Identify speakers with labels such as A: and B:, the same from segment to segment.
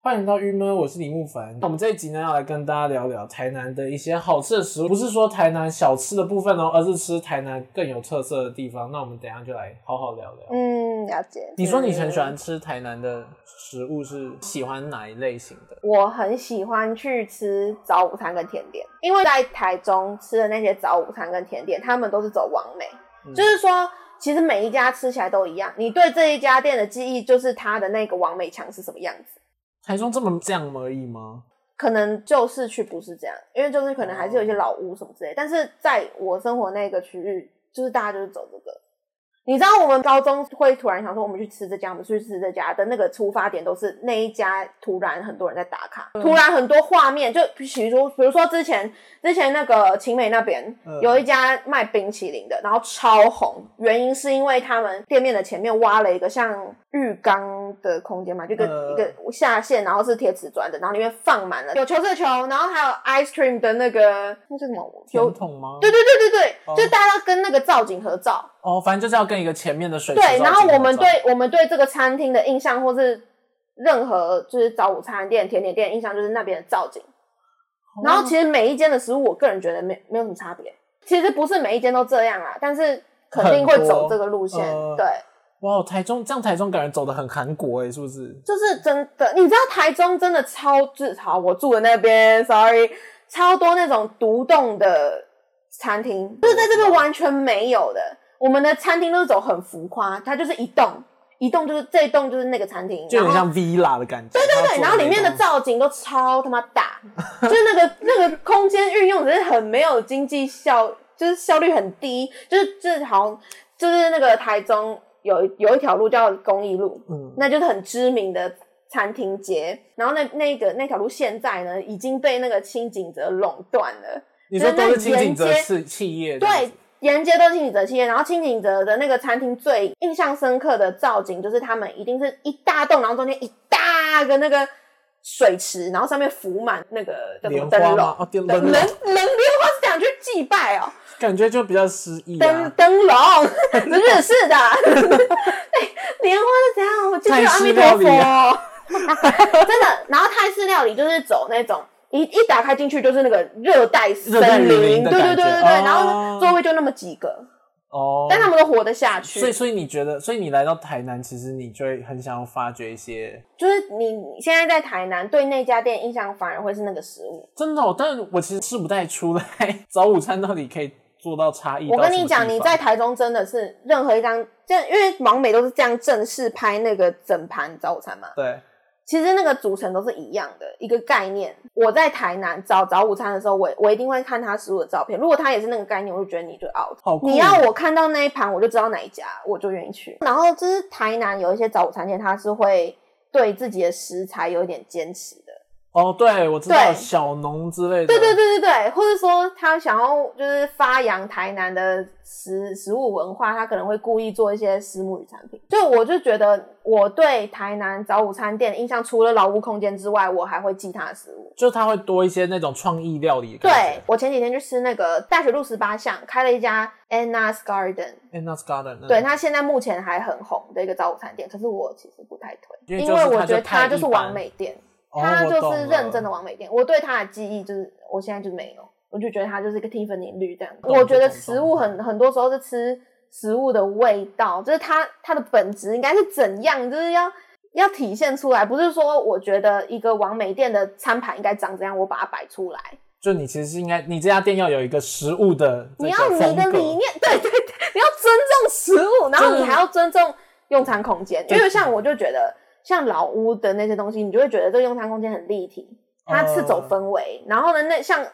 A: 欢迎到郁闷，我是李慕凡。那我们这一集呢，要来跟大家聊聊台南的一些好吃的食物，不是说台南小吃的部分哦，而是吃台南更有特色的地方。那我们等一下就来好好聊聊。
B: 嗯，了解。
A: 你说你很喜欢吃台南的食物，是喜欢哪一类型的？
B: 我很喜欢去吃早午餐跟甜点，因为在台中吃的那些早午餐跟甜点，他们都是走完美，
A: 嗯
B: 就是说，其实每一家吃起来都一样。你对这一家店的记忆，就是它的那个完美墙是什么样子。
A: 台中这么这样而已吗？
B: 可能旧市区不是这样，因为旧市区可能还是有一些老屋什么之类，但是在我生活那个区域，就是大家就是走这个。你知道我们高中会突然想说我们去吃这家，我们去吃这家的那个出发点都是那一家突然很多人在打卡，
A: 嗯
B: 突然很多画面，就比如说比如说之前之前那个晴美那边、
A: 嗯
B: 有一家卖冰淇淋的，然后超红，原因是因为他们店面的前面挖了一个像浴缸的空间嘛，就一个、
A: 嗯
B: 一个下线，然后是贴瓷砖的，然后里面放满了有球色球，然后还有 ice cream 的那个那叫什么？有
A: 甜筒吗？
B: 对对对对对，
A: 哦
B: 就大家跟那个造景合照。
A: 哦，反正就是要跟一个前面的水池
B: 对，
A: 照
B: 然后
A: 镜
B: 我
A: 合
B: 们
A: 照
B: 对我们对这个餐厅的印象，或是任何就是早午餐店、甜点店的印象，就是那边的造景。然后其实每一间的食物，我个人觉得没没有什么差别。其实不是每一间都这样啦，但是肯定会
A: 很多
B: 走这个路线。
A: 呃
B: 对，
A: 哇，台中这样台中感觉走的很韩国哎、是不是？
B: 就是真的，你知道台中真的超自豪，我住的那边，sorry，超多那种独栋的餐厅，就是在这边完全没有的。我们的餐厅都是走很浮夸，它就是一栋，一栋就是这一栋就是那个餐厅，
A: 就有点
B: 然
A: 像
B: 后
A: villa 的感觉。对
B: 对对，然后里面的造景都超他妈大， 就是那个那个空间运用真是很没有经济效，就是效率很低，就是就是好像就是那个台中有一有一条路叫公益路，
A: 嗯，
B: 那就是很知名的餐厅街，然后那那个那条路现在呢已经被那个清景泽垄断了，
A: 你说都是清景泽
B: 那沿街
A: 是企业这样子
B: 对。沿街都是清景泽系列，然后清景泽的那个餐厅最印象深刻的造景就是他们一定是一大栋，然后中间一大个那个水池，然后上面浮满那个叫什么
A: 莲
B: 灯
A: 花
B: 笼
A: 吗？，哦，灯
B: 灯
A: 笼
B: 人人莲花是想去祭拜哦，
A: 感觉就比较诗意
B: 灯
A: 啊。
B: 灯 笼，日式的，哎莲花是怎样？我就有阿弥陀
A: 泰式料理啊
B: 佛哦， 真的。然后泰式料理就是走那种一一打开进去就是那个热带森
A: 热带雨林
B: 林，
A: 的
B: 对对对
A: 感
B: 对
A: 觉
B: 对，
A: 哦
B: 然后座位就那么几个，
A: 哦，
B: 但他们都活得下去
A: 所以。所以你觉得，所以你来到台南，其实你就会很想要发掘一些
B: 就是你你现在在台南对那家店印象反而会是那个食物。
A: 真的、哦，但我其实吃不太出来早午餐到底可以做到差异到
B: 我
A: 什么地方。
B: 跟你讲，你在台中真的是任何一张，这因为王美都是这样正式拍那个整盘早午餐嘛，
A: 对
B: 其实那个组成都是一样的一个概念。我在台南找早午餐的时候，我我一定会看他食物的照片。如果他也是那个概念，我就觉得你就 out。
A: 好酷哦
B: 你要我看到那一盘，我就知道哪一家，我就愿意去。然后就是台南有一些早午餐店，它是会对自己的食材有一点坚持的。
A: 哦，对我知道
B: 对
A: 小农之类的，
B: 对对对对对，或者说他想要就是发扬台南的食食物文化，他可能会故意做一些石木鱼产品。就我就觉得我对台南早午餐店的印象，除了老屋空间之外，我还会记它的食物。
A: 就它会多一些那种创意料理的感
B: 对我前几天去吃那个大学路十八巷开了一家 Anna's Garden，、
A: 觉。And that's garden，那
B: 对它现在目前还很红的一个早午餐店，可是我其实不太推，
A: 因
B: 因
A: 为
B: 为
A: 就是它
B: 我觉
A: 就
B: 得它
A: 太
B: 就是
A: 一般
B: 完美店。
A: 哦
B: 它
A: 我
B: 就
A: 懂
B: 是
A: 了
B: 认真的完美店。我对它的记忆就是，我现在就没有，我就觉得它就是一个 Tiffany 绿这样。
A: 懂
B: 我觉得
A: 懂
B: 食物很很多时候是吃食物的味道，就是它它的本质应该是怎样，就是要要体现出来，不是说我觉得一个完美店的餐盘应该长怎样，我把它摆出来。
A: 就你其实是应该，你这家店要有一个食物的这
B: 你
A: 个
B: 要
A: 风格，
B: 你的理念，对对对，你要尊重食物，然后
A: 就是
B: 你还要尊重用餐空间，
A: 对
B: 因为像我就觉得。像老屋的那些东西，你就会觉得这个用餐空间很立体，它
A: 哦
B: 是走氛围。然后呢，那像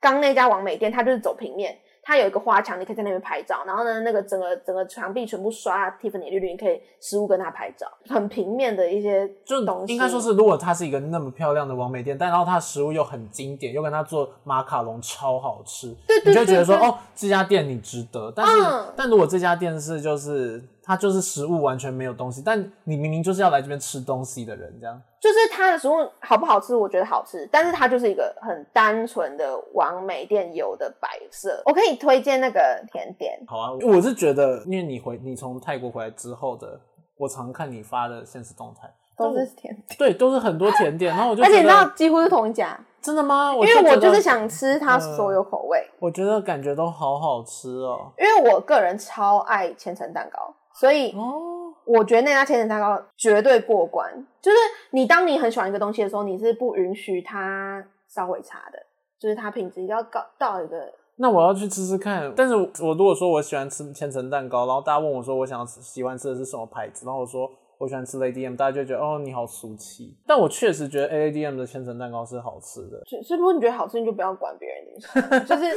B: 刚那家王美店，它就是走平面，它有一个花墙，你可以在那边拍照。然后呢，那个整个整个墙壁全部刷 Tiffany 绿绿，你可以实物跟它拍照，很平面的一些
A: 就
B: 东西。
A: 应该说是，如果它是一个那么漂亮的完美店，但然后它的食物又很经典，又跟它做马卡龙超好吃，
B: 对对
A: 你就觉得说
B: 对对
A: 哦，这家店你值得。但是、
B: 嗯
A: 但如果这家店是就是它就是食物完全没有东西，但你明明就是要来这边吃东西的人，这样
B: 就是它的食物好不好吃，我觉得好吃，但是它就是一个很单纯的王美店有的摆设。我可以推荐那个甜点，
A: 好啊。我是觉得，因为你回你从泰国回来之后的，我常看你发的现实动态，
B: 都是甜，
A: 对，都是很多甜点，然后我就
B: 而且
A: 觉
B: 你知道
A: 得
B: 几乎是同一家，
A: 真的吗？
B: 因为
A: 觉
B: 我
A: 得嗯
B: 就是，想吃它所有口味，
A: 我觉得感觉都好好吃哦。
B: 因为我个人超爱千层蛋糕，所以
A: 哦，
B: 我觉得那家千层蛋糕绝对过关。就是你当你很喜欢一个东西的时候，你是不允许它稍微差的，就是它品质一定要高到一个。
A: 那我要去吃吃看。但是我我如果说我喜欢吃千层蛋糕，然后大家问我说我想要吃喜欢吃的是什么牌子，然后我说我喜欢吃 Lady M，大家就觉得哦你好俗气。但我确实觉得哎 Lady M 的千层蛋糕是好吃的。
B: 就所以如果你觉得好吃，你就不要管别人怎 么想，就是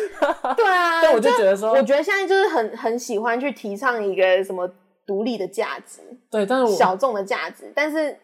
B: 对啊。
A: 但我就觉得说
B: 我觉得现在就是很很喜欢去提倡一个什么独立的价值，
A: 对，但是我
B: 小众的价值，但是。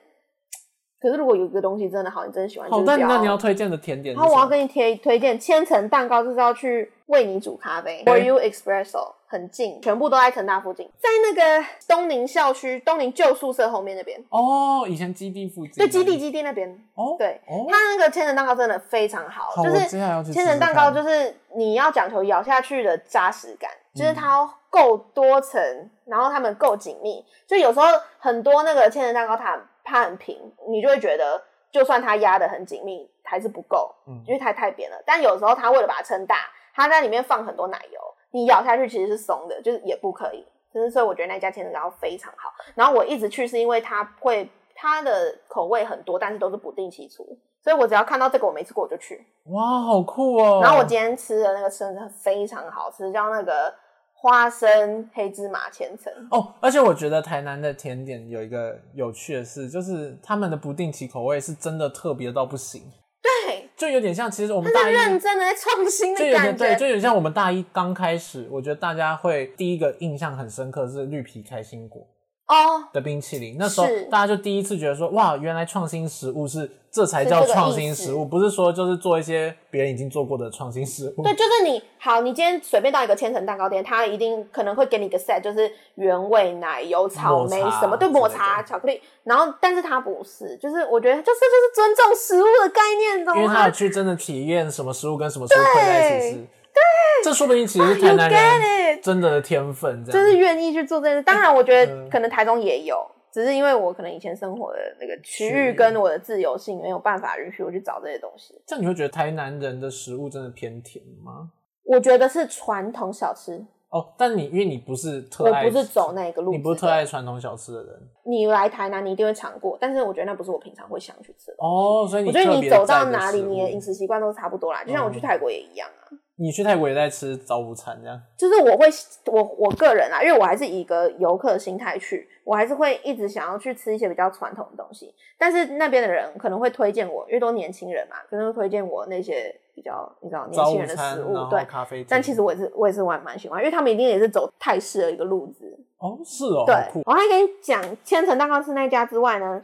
B: 可是，如果有一个东西真的好，你真的喜欢，就
A: 好
B: 是，
A: 但
B: 不
A: 那你要推荐的甜点是什
B: 然后
A: 么，
B: 我要跟你推推荐千层蛋糕，就是要去为你煮咖
A: Okay
B: 啡，For You Espresso 很近，全部都在成大附近，在那个东宁校区、东宁旧宿舍后面那边，
A: 哦，以前基地附近，
B: 对，基地基地那边，
A: 哦，
B: 对
A: 哦，
B: 它那个千层蛋糕真的非常好，
A: 好，
B: 就
A: 我接
B: 是
A: 下来要去
B: 千层蛋糕
A: 是
B: 就是你要讲求咬下去的扎实感，就是它要够多层，然后它们够紧密，就有时候很多那个千层蛋糕它很它很平，你就会觉得就算它压的很紧密还是不够，
A: 嗯
B: 因为它太扁了。但有时候它为了把它撑大，它在里面放很多奶油，你咬下去其实是松的，就是也不可以。就是所以我觉得那家千层蛋糕非常好。然后我一直去是因为它会它的口味很多，但是都是不定期出，所以我只要看到这个我没吃过我就去。
A: 哇，好酷哦。
B: 然后我今天吃的那个真的非常好吃，叫那个花生黑芝麻千层。
A: 哦，而且我觉得台南的甜点有一个有趣的事，就是他们的不定期口味是真的特别到不行，
B: 对，
A: 就有点像其实我们
B: 它
A: 大
B: 是
A: 一
B: 认真的在创新
A: 就
B: 的
A: 有
B: 感
A: 点对，就
B: 觉。
A: 有点像我们大一刚开始，我觉得大家会第一个印象很深刻是绿皮开心果
B: 哦，
A: 的冰淇淋，那时候
B: 是
A: 大家就第一次觉得说哇，原来创新食物是这才
B: 是
A: 叫
B: 这个
A: 创
B: 意
A: 新
B: 思
A: 食物，不是说就是做一些别人已经做过的创新食物。
B: 对，就是你好，你今天随便到一个千层蛋糕店，它一定可能会给你一个 set，就是原味、奶油、草莓
A: 抹茶
B: 什么，对，
A: 之类的
B: 抹茶、巧克力。然后，但是它不是，就是我觉得就是就是尊重食物的概念，你懂
A: 因为他有
B: 吗啊
A: 去真的体验什么食物跟什么食物配在一起吃。对，这说不定其实是台
B: 啊？You
A: 南人
B: get it？
A: 真的天分，这
B: 就
A: 样
B: 是愿意去做这件事。当然，我觉
A: 嗯
B: 得可能台中也有，只是因为我可能以前生活的那个
A: 区
B: 区
A: 域
B: 域跟我的自由性没有办法允许我去找这些东西。
A: 这样你会觉得台南人的食物真的偏甜吗？
B: 我觉得是传统小吃，
A: 哦，但你因为你不是特
B: 我
A: 爱，
B: 不是走那个路子的。
A: 你不是特爱传统小吃的人
B: 你来台南，你一定会尝过，但是我觉得那不是我平常会想去吃的。
A: 哦，所以
B: 我
A: 你
B: 觉得
A: 特
B: 你
A: 别
B: 走
A: 在
B: 到
A: 的
B: 哪里，
A: 食物
B: 你的饮食习惯都差不多啦。就像我去
A: 嗯
B: 泰国也一样啊。
A: 你去泰国也在吃早午餐这样。
B: 就是我会，我我个人啊，因为我还是以一个游客的心态去，我还是会一直想要去吃一些比较传统的东西。但是那边的人可能会推荐我，因为都年轻人嘛，可能会推荐我那些比较你知道年
A: 早
B: 轻
A: 午
B: 人的
A: 餐，
B: 食
A: 然
B: 物，
A: 后
B: 对。
A: 咖啡厅。
B: 但其实我也是我也是蛮蛮喜欢，因为他们一定也是走泰式的一个路子。
A: 哦是哦，
B: 对
A: 好酷，
B: 我还跟你讲，千层蛋糕是那家之外呢，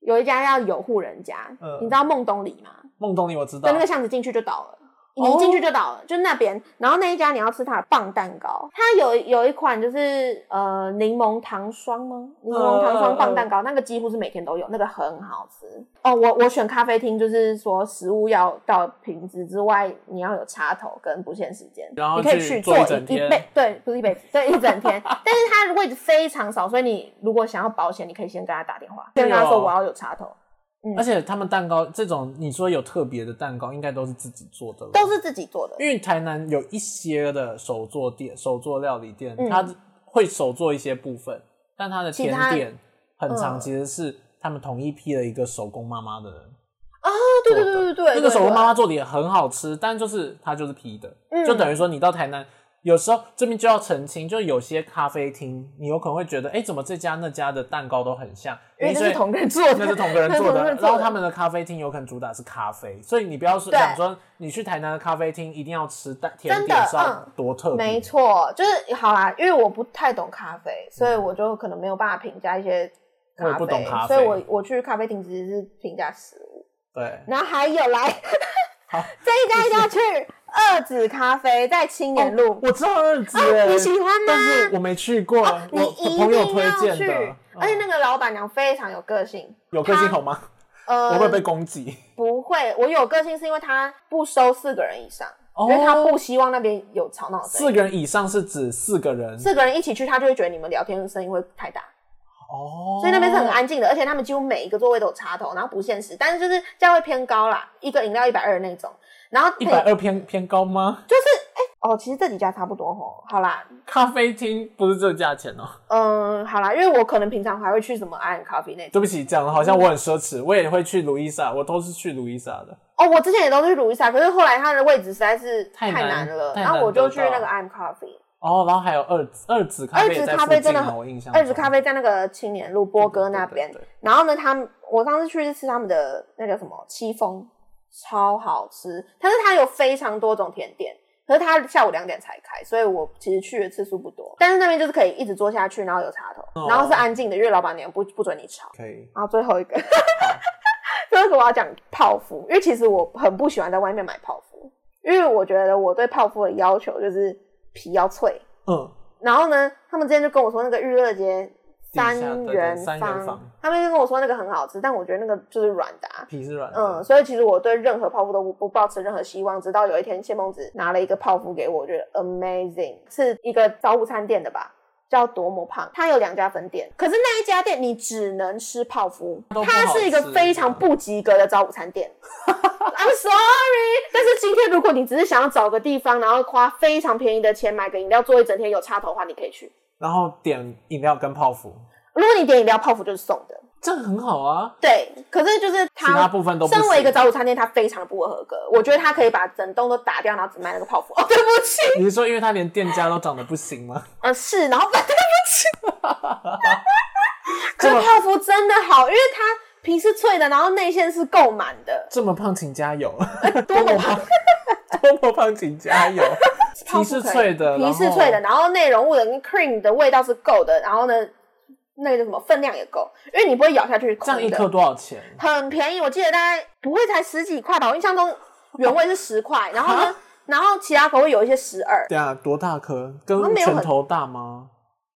B: 有一家叫有户人家，
A: 嗯
B: 你知道孟东里吗？
A: 梦东里我知道
B: 在那，个巷子进去就倒了。
A: 嗯哦
B: 你一进去就倒了，就那边。然后那一家你要吃它的棒蛋糕，它有有一款就是呃柠檬糖霜吗？柠檬糖
A: 嗯
B: 霜棒蛋糕，那个几乎是每天都有，那个很好吃。哦，我我选咖啡厅就是说食物要到品质之外，你要有插头跟不限时间，
A: 然后
B: 你可以
A: 去
B: 去
A: 坐
B: 做
A: 一
B: 一
A: 整天
B: 一辈对，不是一辈子，对一整天。 但是它位置非常少，所以你如果想要保险，你可以先跟他打电话，先跟他
A: 对
B: 说
A: 哦
B: 我要有插头，
A: 而且他们蛋糕这种你说有特别的蛋糕，应该都是自己做的了，
B: 都是自己做的。
A: 因为台南有一些的手作店、手作料理店，
B: 嗯
A: 它会手做一些部分，但它的
B: 其
A: 甜
B: 他
A: 点很长，
B: 嗯
A: 其实是他们同一批的一个手工妈妈的人
B: 啊，对
A: 做
B: 对
A: 的。
B: 对对对，
A: 那个手
B: 对
A: 工
B: 对
A: 妈妈做的也很好吃，但就是它就是皮的，
B: 嗯
A: 就等于说你到台南。有时候这边就要澄清，就有些咖啡厅，你有可能会觉得，哎、怎么这家那家的蛋糕都很像？
B: 因为这
A: 所
B: 是
A: 以
B: 同个人做的，
A: 那是同个人做
B: 那是同个
A: 的
B: 人，做的
A: 然后他们的咖啡厅有可能主打是咖啡，所以你不要说
B: 对
A: 想说你去台南的咖啡厅一定要吃蛋甜
B: 真的
A: 点是要
B: 嗯
A: 多特别，
B: 没错，就是好啦，因为我不太懂咖啡，所以我就可能没有办法评价一些
A: 嗯我也
B: 咖
A: 不懂
B: 啡，
A: 咖啡
B: 所以我我去咖啡厅其实是评价食物，
A: 对，
B: 然后还有来
A: 好
B: 这一家一定要去二子咖啡，在青年路，
A: 哦我知道二子
B: 啊
A: 耶，
B: 你喜欢吗哦
A: 但是我没去过，
B: 你
A: 我
B: 一
A: 朋友
B: 定
A: 推
B: 要
A: 荐
B: 去
A: 的，，嗯
B: 而且那个老板娘非常有个性，
A: 有个性
B: 他
A: 好吗？我
B: 呃
A: 会，不会被攻击？
B: 不会，我有个性是因为他不收四个人以上，因为他不希望那边有吵闹声
A: 哦四
B: 音，
A: 个人以上是指四个人
B: 四个人一起去，他就会觉得你们聊天的声音会太大。
A: 哦，
B: 所以那边是很安静的，而且他们几乎每一个座位都有插头，然后不限时，但是就是价位偏高啦，一个饮料一百二那种，然后可
A: 一
B: 以
A: 百二偏偏高吗？
B: 就是哎、哦，其实这几家差不多吼，好啦，
A: 咖啡厅不是这个价钱哦、
B: 嗯，好啦，因为我可能平常还会去什么 Iron Coffee 那种，
A: 对不起，讲的好像我很奢侈，我也会去卢伊莎，我都是去卢伊莎的。
B: 哦，我之前也都去卢伊莎，可是后来它的位置实在是
A: 太难
B: 难了，
A: 太
B: 然后
A: 难
B: 我就
A: 得
B: 去
A: 到
B: 那个 Iron Coffee，
A: 哦，然后还有二子二子咖啡也在附近啊，
B: 二子咖啡真的很
A: 我印象中。
B: 二子咖啡在那个青年路波哥那边
A: 对，对对
B: 然后呢，他们我上次去是吃他们的那个什么戚风，超好吃。但是它有非常多种甜点，可是它下午两点才开，所以我其实去的次数不多。但是那边就是可以一直坐下去，然后有茶头，
A: 哦
B: 然后是安静的，因为老板娘不不准你吵。
A: 可以。
B: 然后最后一个， 最后一个我要讲泡芙，因为其实我很不喜欢在外面买泡芙，因为我觉得我对泡芙的要求就是皮要脆。
A: 嗯，
B: 然后呢，他们之前就跟我说那个日乐街三
A: 地下
B: 元
A: 的对三元坊
B: 他们就跟我说那个很好吃，但我觉得那个就是软的啊、
A: 皮是软的。
B: 嗯，所以其实我对任何泡芙都不不抱持任何希望，直到有一天谢梦子拿了一个泡芙给我，我觉得 amazing，是一个早午餐店的吧，叫多么胖，它有两家分店，可是那一家店你只能吃泡芙
A: 都，不好啊
B: 它是一个
A: 吃
B: 非常不及格的早午餐店。I'm sorry，但是今天如果你只是想要找个地方，然后花非常便宜的钱买个饮料，坐一整天有插头的话，你可以去。
A: 然后点饮料跟泡芙，
B: 如果你点饮料，泡芙就是送的。
A: 这样很好啊。
B: 对，可是就是它，
A: 其他部分都不
B: 身为一
A: 行
B: 个早午餐店，它非常不合格。我觉得它可以把整栋都打掉，然后只卖那个泡芙。哦，对不起，
A: 你是说因为它连店家都长得不行吗？
B: 呃，是，然后对不起。可是泡芙真的好，因为它皮是脆的，然后内馅是够满的。
A: 这么胖，请加 油。
B: 多么胖，
A: 多么胖，请加 油。皮是脆的，
B: 皮是脆的，，然后内容物的跟 cream 的味道是够的，然后呢，那个叫什么分量也够，因为你不会咬下去是空
A: 这
B: 的。
A: 样一颗多少钱？
B: 很便宜，我记得大概不会才十几块吧，我印象中原味是十
A: 啊
B: 块，然后呢
A: 哈，
B: 然后其他口味有一些十二，
A: 对啊，多大颗？
B: 好像
A: 跟
B: 没有很
A: 拳头大吗？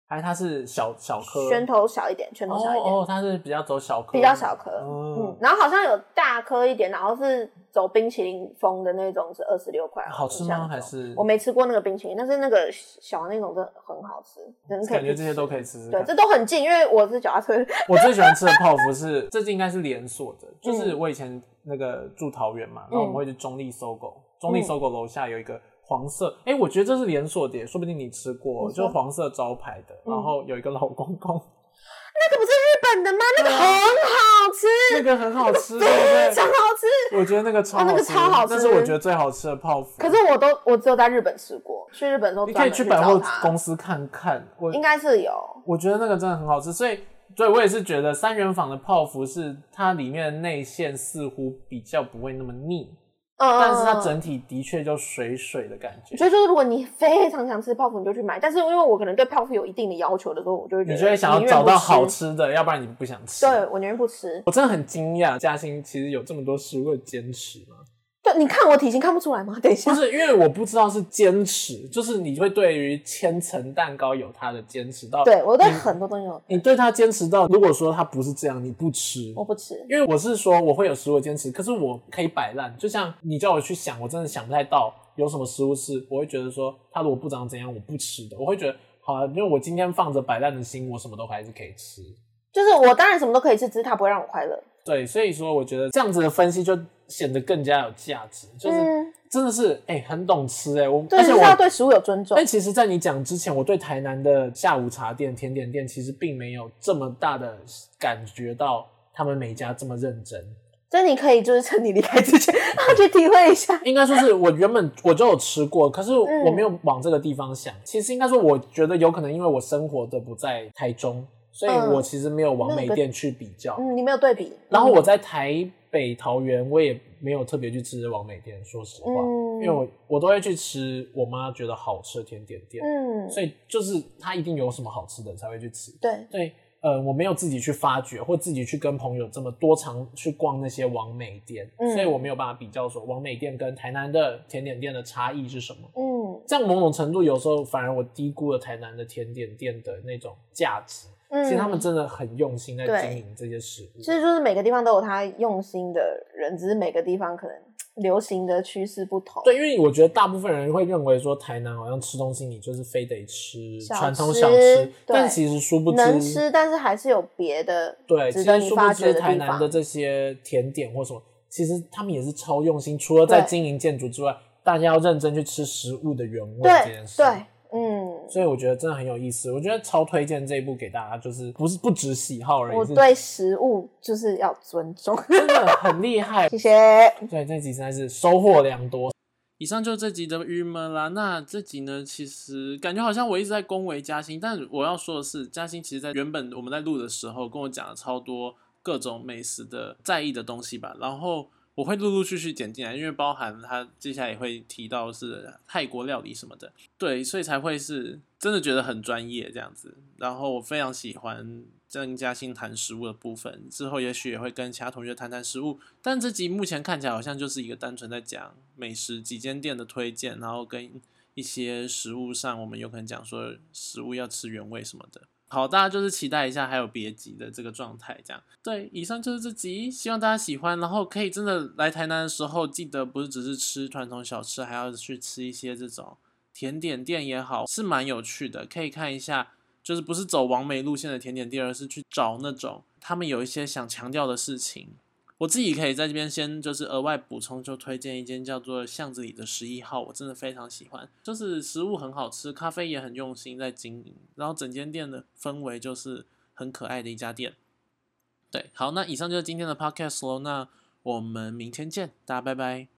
A: 还是它是小小颗？
B: 拳头小一点，拳头
A: 哦
B: 小一点，
A: 哦，它是比较走小颗，
B: 比较小颗，嗯
A: 哦，，
B: 然后好像有大颗一点，然后是走冰淇淋风的那种，是二十六块，
A: 好吃
B: 印象
A: 吗？
B: 中
A: 还是
B: 哦我没吃过那个冰淇淋，但是那个小那种真的很好吃，真的可以
A: 感觉
B: 去
A: 这些
B: 吃
A: 都可以吃吃
B: 对，
A: 看。
B: 这都很近，因为我是脚踏车，
A: 我最喜欢吃的泡芙是，这应该是连锁的，
B: 嗯
A: 就是我以前那个住桃园嘛，然后我们会去中立搜狗，中立
B: 嗯
A: 搜狗楼下有一个黄色，哎，我觉得这是连锁的耶，说不定你吃过，
B: 你
A: 就
B: 说嗯
A: 是黄色招牌的，然后有一个老公公，
B: 那个不是日本的吗？那个很好吃，
A: 那个很好 吃，啊对
B: 非
A: 不
B: 常
A: 对？
B: 好吃。
A: 我觉得那个超
B: 哦那
A: 好
B: 个
A: 吃，
B: 超好吃
A: 那是我觉得最好吃的泡芙。
B: 可是我都我只有在日本吃过，去日本的时候
A: 你可以
B: 专门去
A: 去百货
B: 找它
A: 公司看看，我
B: 应该是有，
A: 我觉得那个真的很好吃，所以对我也是觉得三元坊的泡芙是它里面的内馅似乎比较不会那么腻，
B: 嗯，
A: 但是它
B: 嗯嗯
A: 整体的确就水水的感觉，
B: 所以就是，如果你非常想吃泡芙，你就去买。但是因为我可能对泡芙有一定的要求的时候，我就会觉得
A: 你就会想要
B: 宁愿
A: 找
B: 不
A: 到好
B: 吃。
A: 吃的，要不然你不想吃。
B: 对，我宁愿不吃。
A: 我真的很惊讶，嘉欣其实有这么多食物的坚持 吗？
B: 对，你看我体型看不出来吗？ 等一下
A: 不，是，因为我不知道是坚持，就是你会对于千层蛋糕有它的坚持到，
B: 对我对很多东西有，
A: 你对它坚持到，如果说它不是这样，你不吃，
B: 我不吃。
A: 因为我是说我会有食物的坚持，可是我可以摆烂。就像你叫我去想，我真的想不太到有什么食物是我会觉得说它如果不长怎样我不吃的，我会觉得好、啊，因为我今天放着摆烂的心，我什么都还是可以吃。
B: 就是我当然什么都可以吃，只是它不会让我快乐。
A: 对，所以说我觉得这样子的分析就显得更加有价值，就是、
B: 嗯，
A: 真的是哎、很懂吃哎、我哎
B: 对，
A: 而
B: 就
A: 且
B: 是啊要
A: 我。
B: 对食物有尊重
A: 但。其实，在你讲之前，我对台南的下午茶店、甜点店其实并没有这么大的感觉到他们每一家这么认真。
B: 就是你可以，就是趁你离开之前， 然后去体会一下。
A: 应该说是我原本我就有吃过，可是我没
B: 嗯
A: 有往这个地方想。其实应该说，我觉得有可能因为我生活的不在台中，所以
B: 嗯
A: 我其实没有往每店去比较。
B: 嗯，你没有对比。
A: 然后我在台北、桃园，我也没有特别去吃往美店，说实话，因
B: 嗯
A: 为我我都会去吃我妈觉得好吃的甜点店，
B: 嗯，
A: 所以就是她一定有什么好吃的才会去吃。
B: 对，
A: 对，呃，我没有自己去发掘，或自己去跟朋友这么多常去逛那些王美店，
B: 嗯
A: 所以我没有办法比较说王美店跟台南的甜点店的差异是什么。
B: 嗯
A: 这样某种程度，有时候反而我低估了台南的甜点店的那种价值。
B: 嗯，
A: 其实他们真的很用心在
B: 对
A: 经营这些食物。
B: 其实就是每个地方都有他用心的人，只是每个地方可能流行的趋势不同。
A: 对，因为我觉得大部分人会认为说台南好像吃东西你就是非得吃
B: 小
A: 传统
B: 吃
A: 小吃
B: 对，
A: 但其实殊不知
B: 能吃，但是还是有别的
A: 对，其
B: 值得
A: 实
B: 你
A: 殊不
B: 发掘
A: 知
B: 的
A: 台
B: 地
A: 南
B: 方
A: 的。这些甜点或什么，其实他们也是超用心。除了在
B: 对
A: 经营建筑之外，大家要认真去吃食物的原味这
B: 对
A: 件事。
B: 对，嗯，
A: 所以我觉得真的很有意思，我觉得超推荐这一部给大家，就是不是不止喜好而
B: 我
A: 已，是
B: 对食物就是要尊重。
A: 真的很厉害。
B: 谢谢。
A: 对，这集实在是收获良多。以上就是这集的郁闷啦。那这集呢，其实感觉好像我一直在恭维嘉欣，但我要说的是，嘉欣其实在原本我们在录的时候，跟我讲了超多各种美食的在意的东西吧。然后我会陆陆续续剪进来，因为包含他接下来也会提到是泰国料理什么的，对，所以才会是真的觉得很专业这样子。然后我非常喜欢跟嘉欣谈食物的部分，之后也许也会跟其他同学谈谈食物。但这集目前看起来好像就是一个单纯在讲美食几间店的推荐，然后跟一些食物上我们有可能讲说食物要吃原味什么的。好，大家就是期待一下还有别集的这个状态，这样。对，以上就是这集，希望大家喜欢。然后可以真的来台南的时候，记得不是只是吃传统小吃，还要去吃一些这种甜点店也好，是蛮有趣的，可以看一下。就是不是走完美路线的甜点店，而是去找那种他们有一些想强调的事情。我自己可以在这边先就是额外补充，就推荐一间叫做巷子里的十一号，我真的非常喜欢，就是食物很好吃，咖啡也很用心在经营，然后整间店的氛围就是很可爱的一家店。对，好，那以上就是今天的 podcast 喽，那我们明天见，大家拜拜。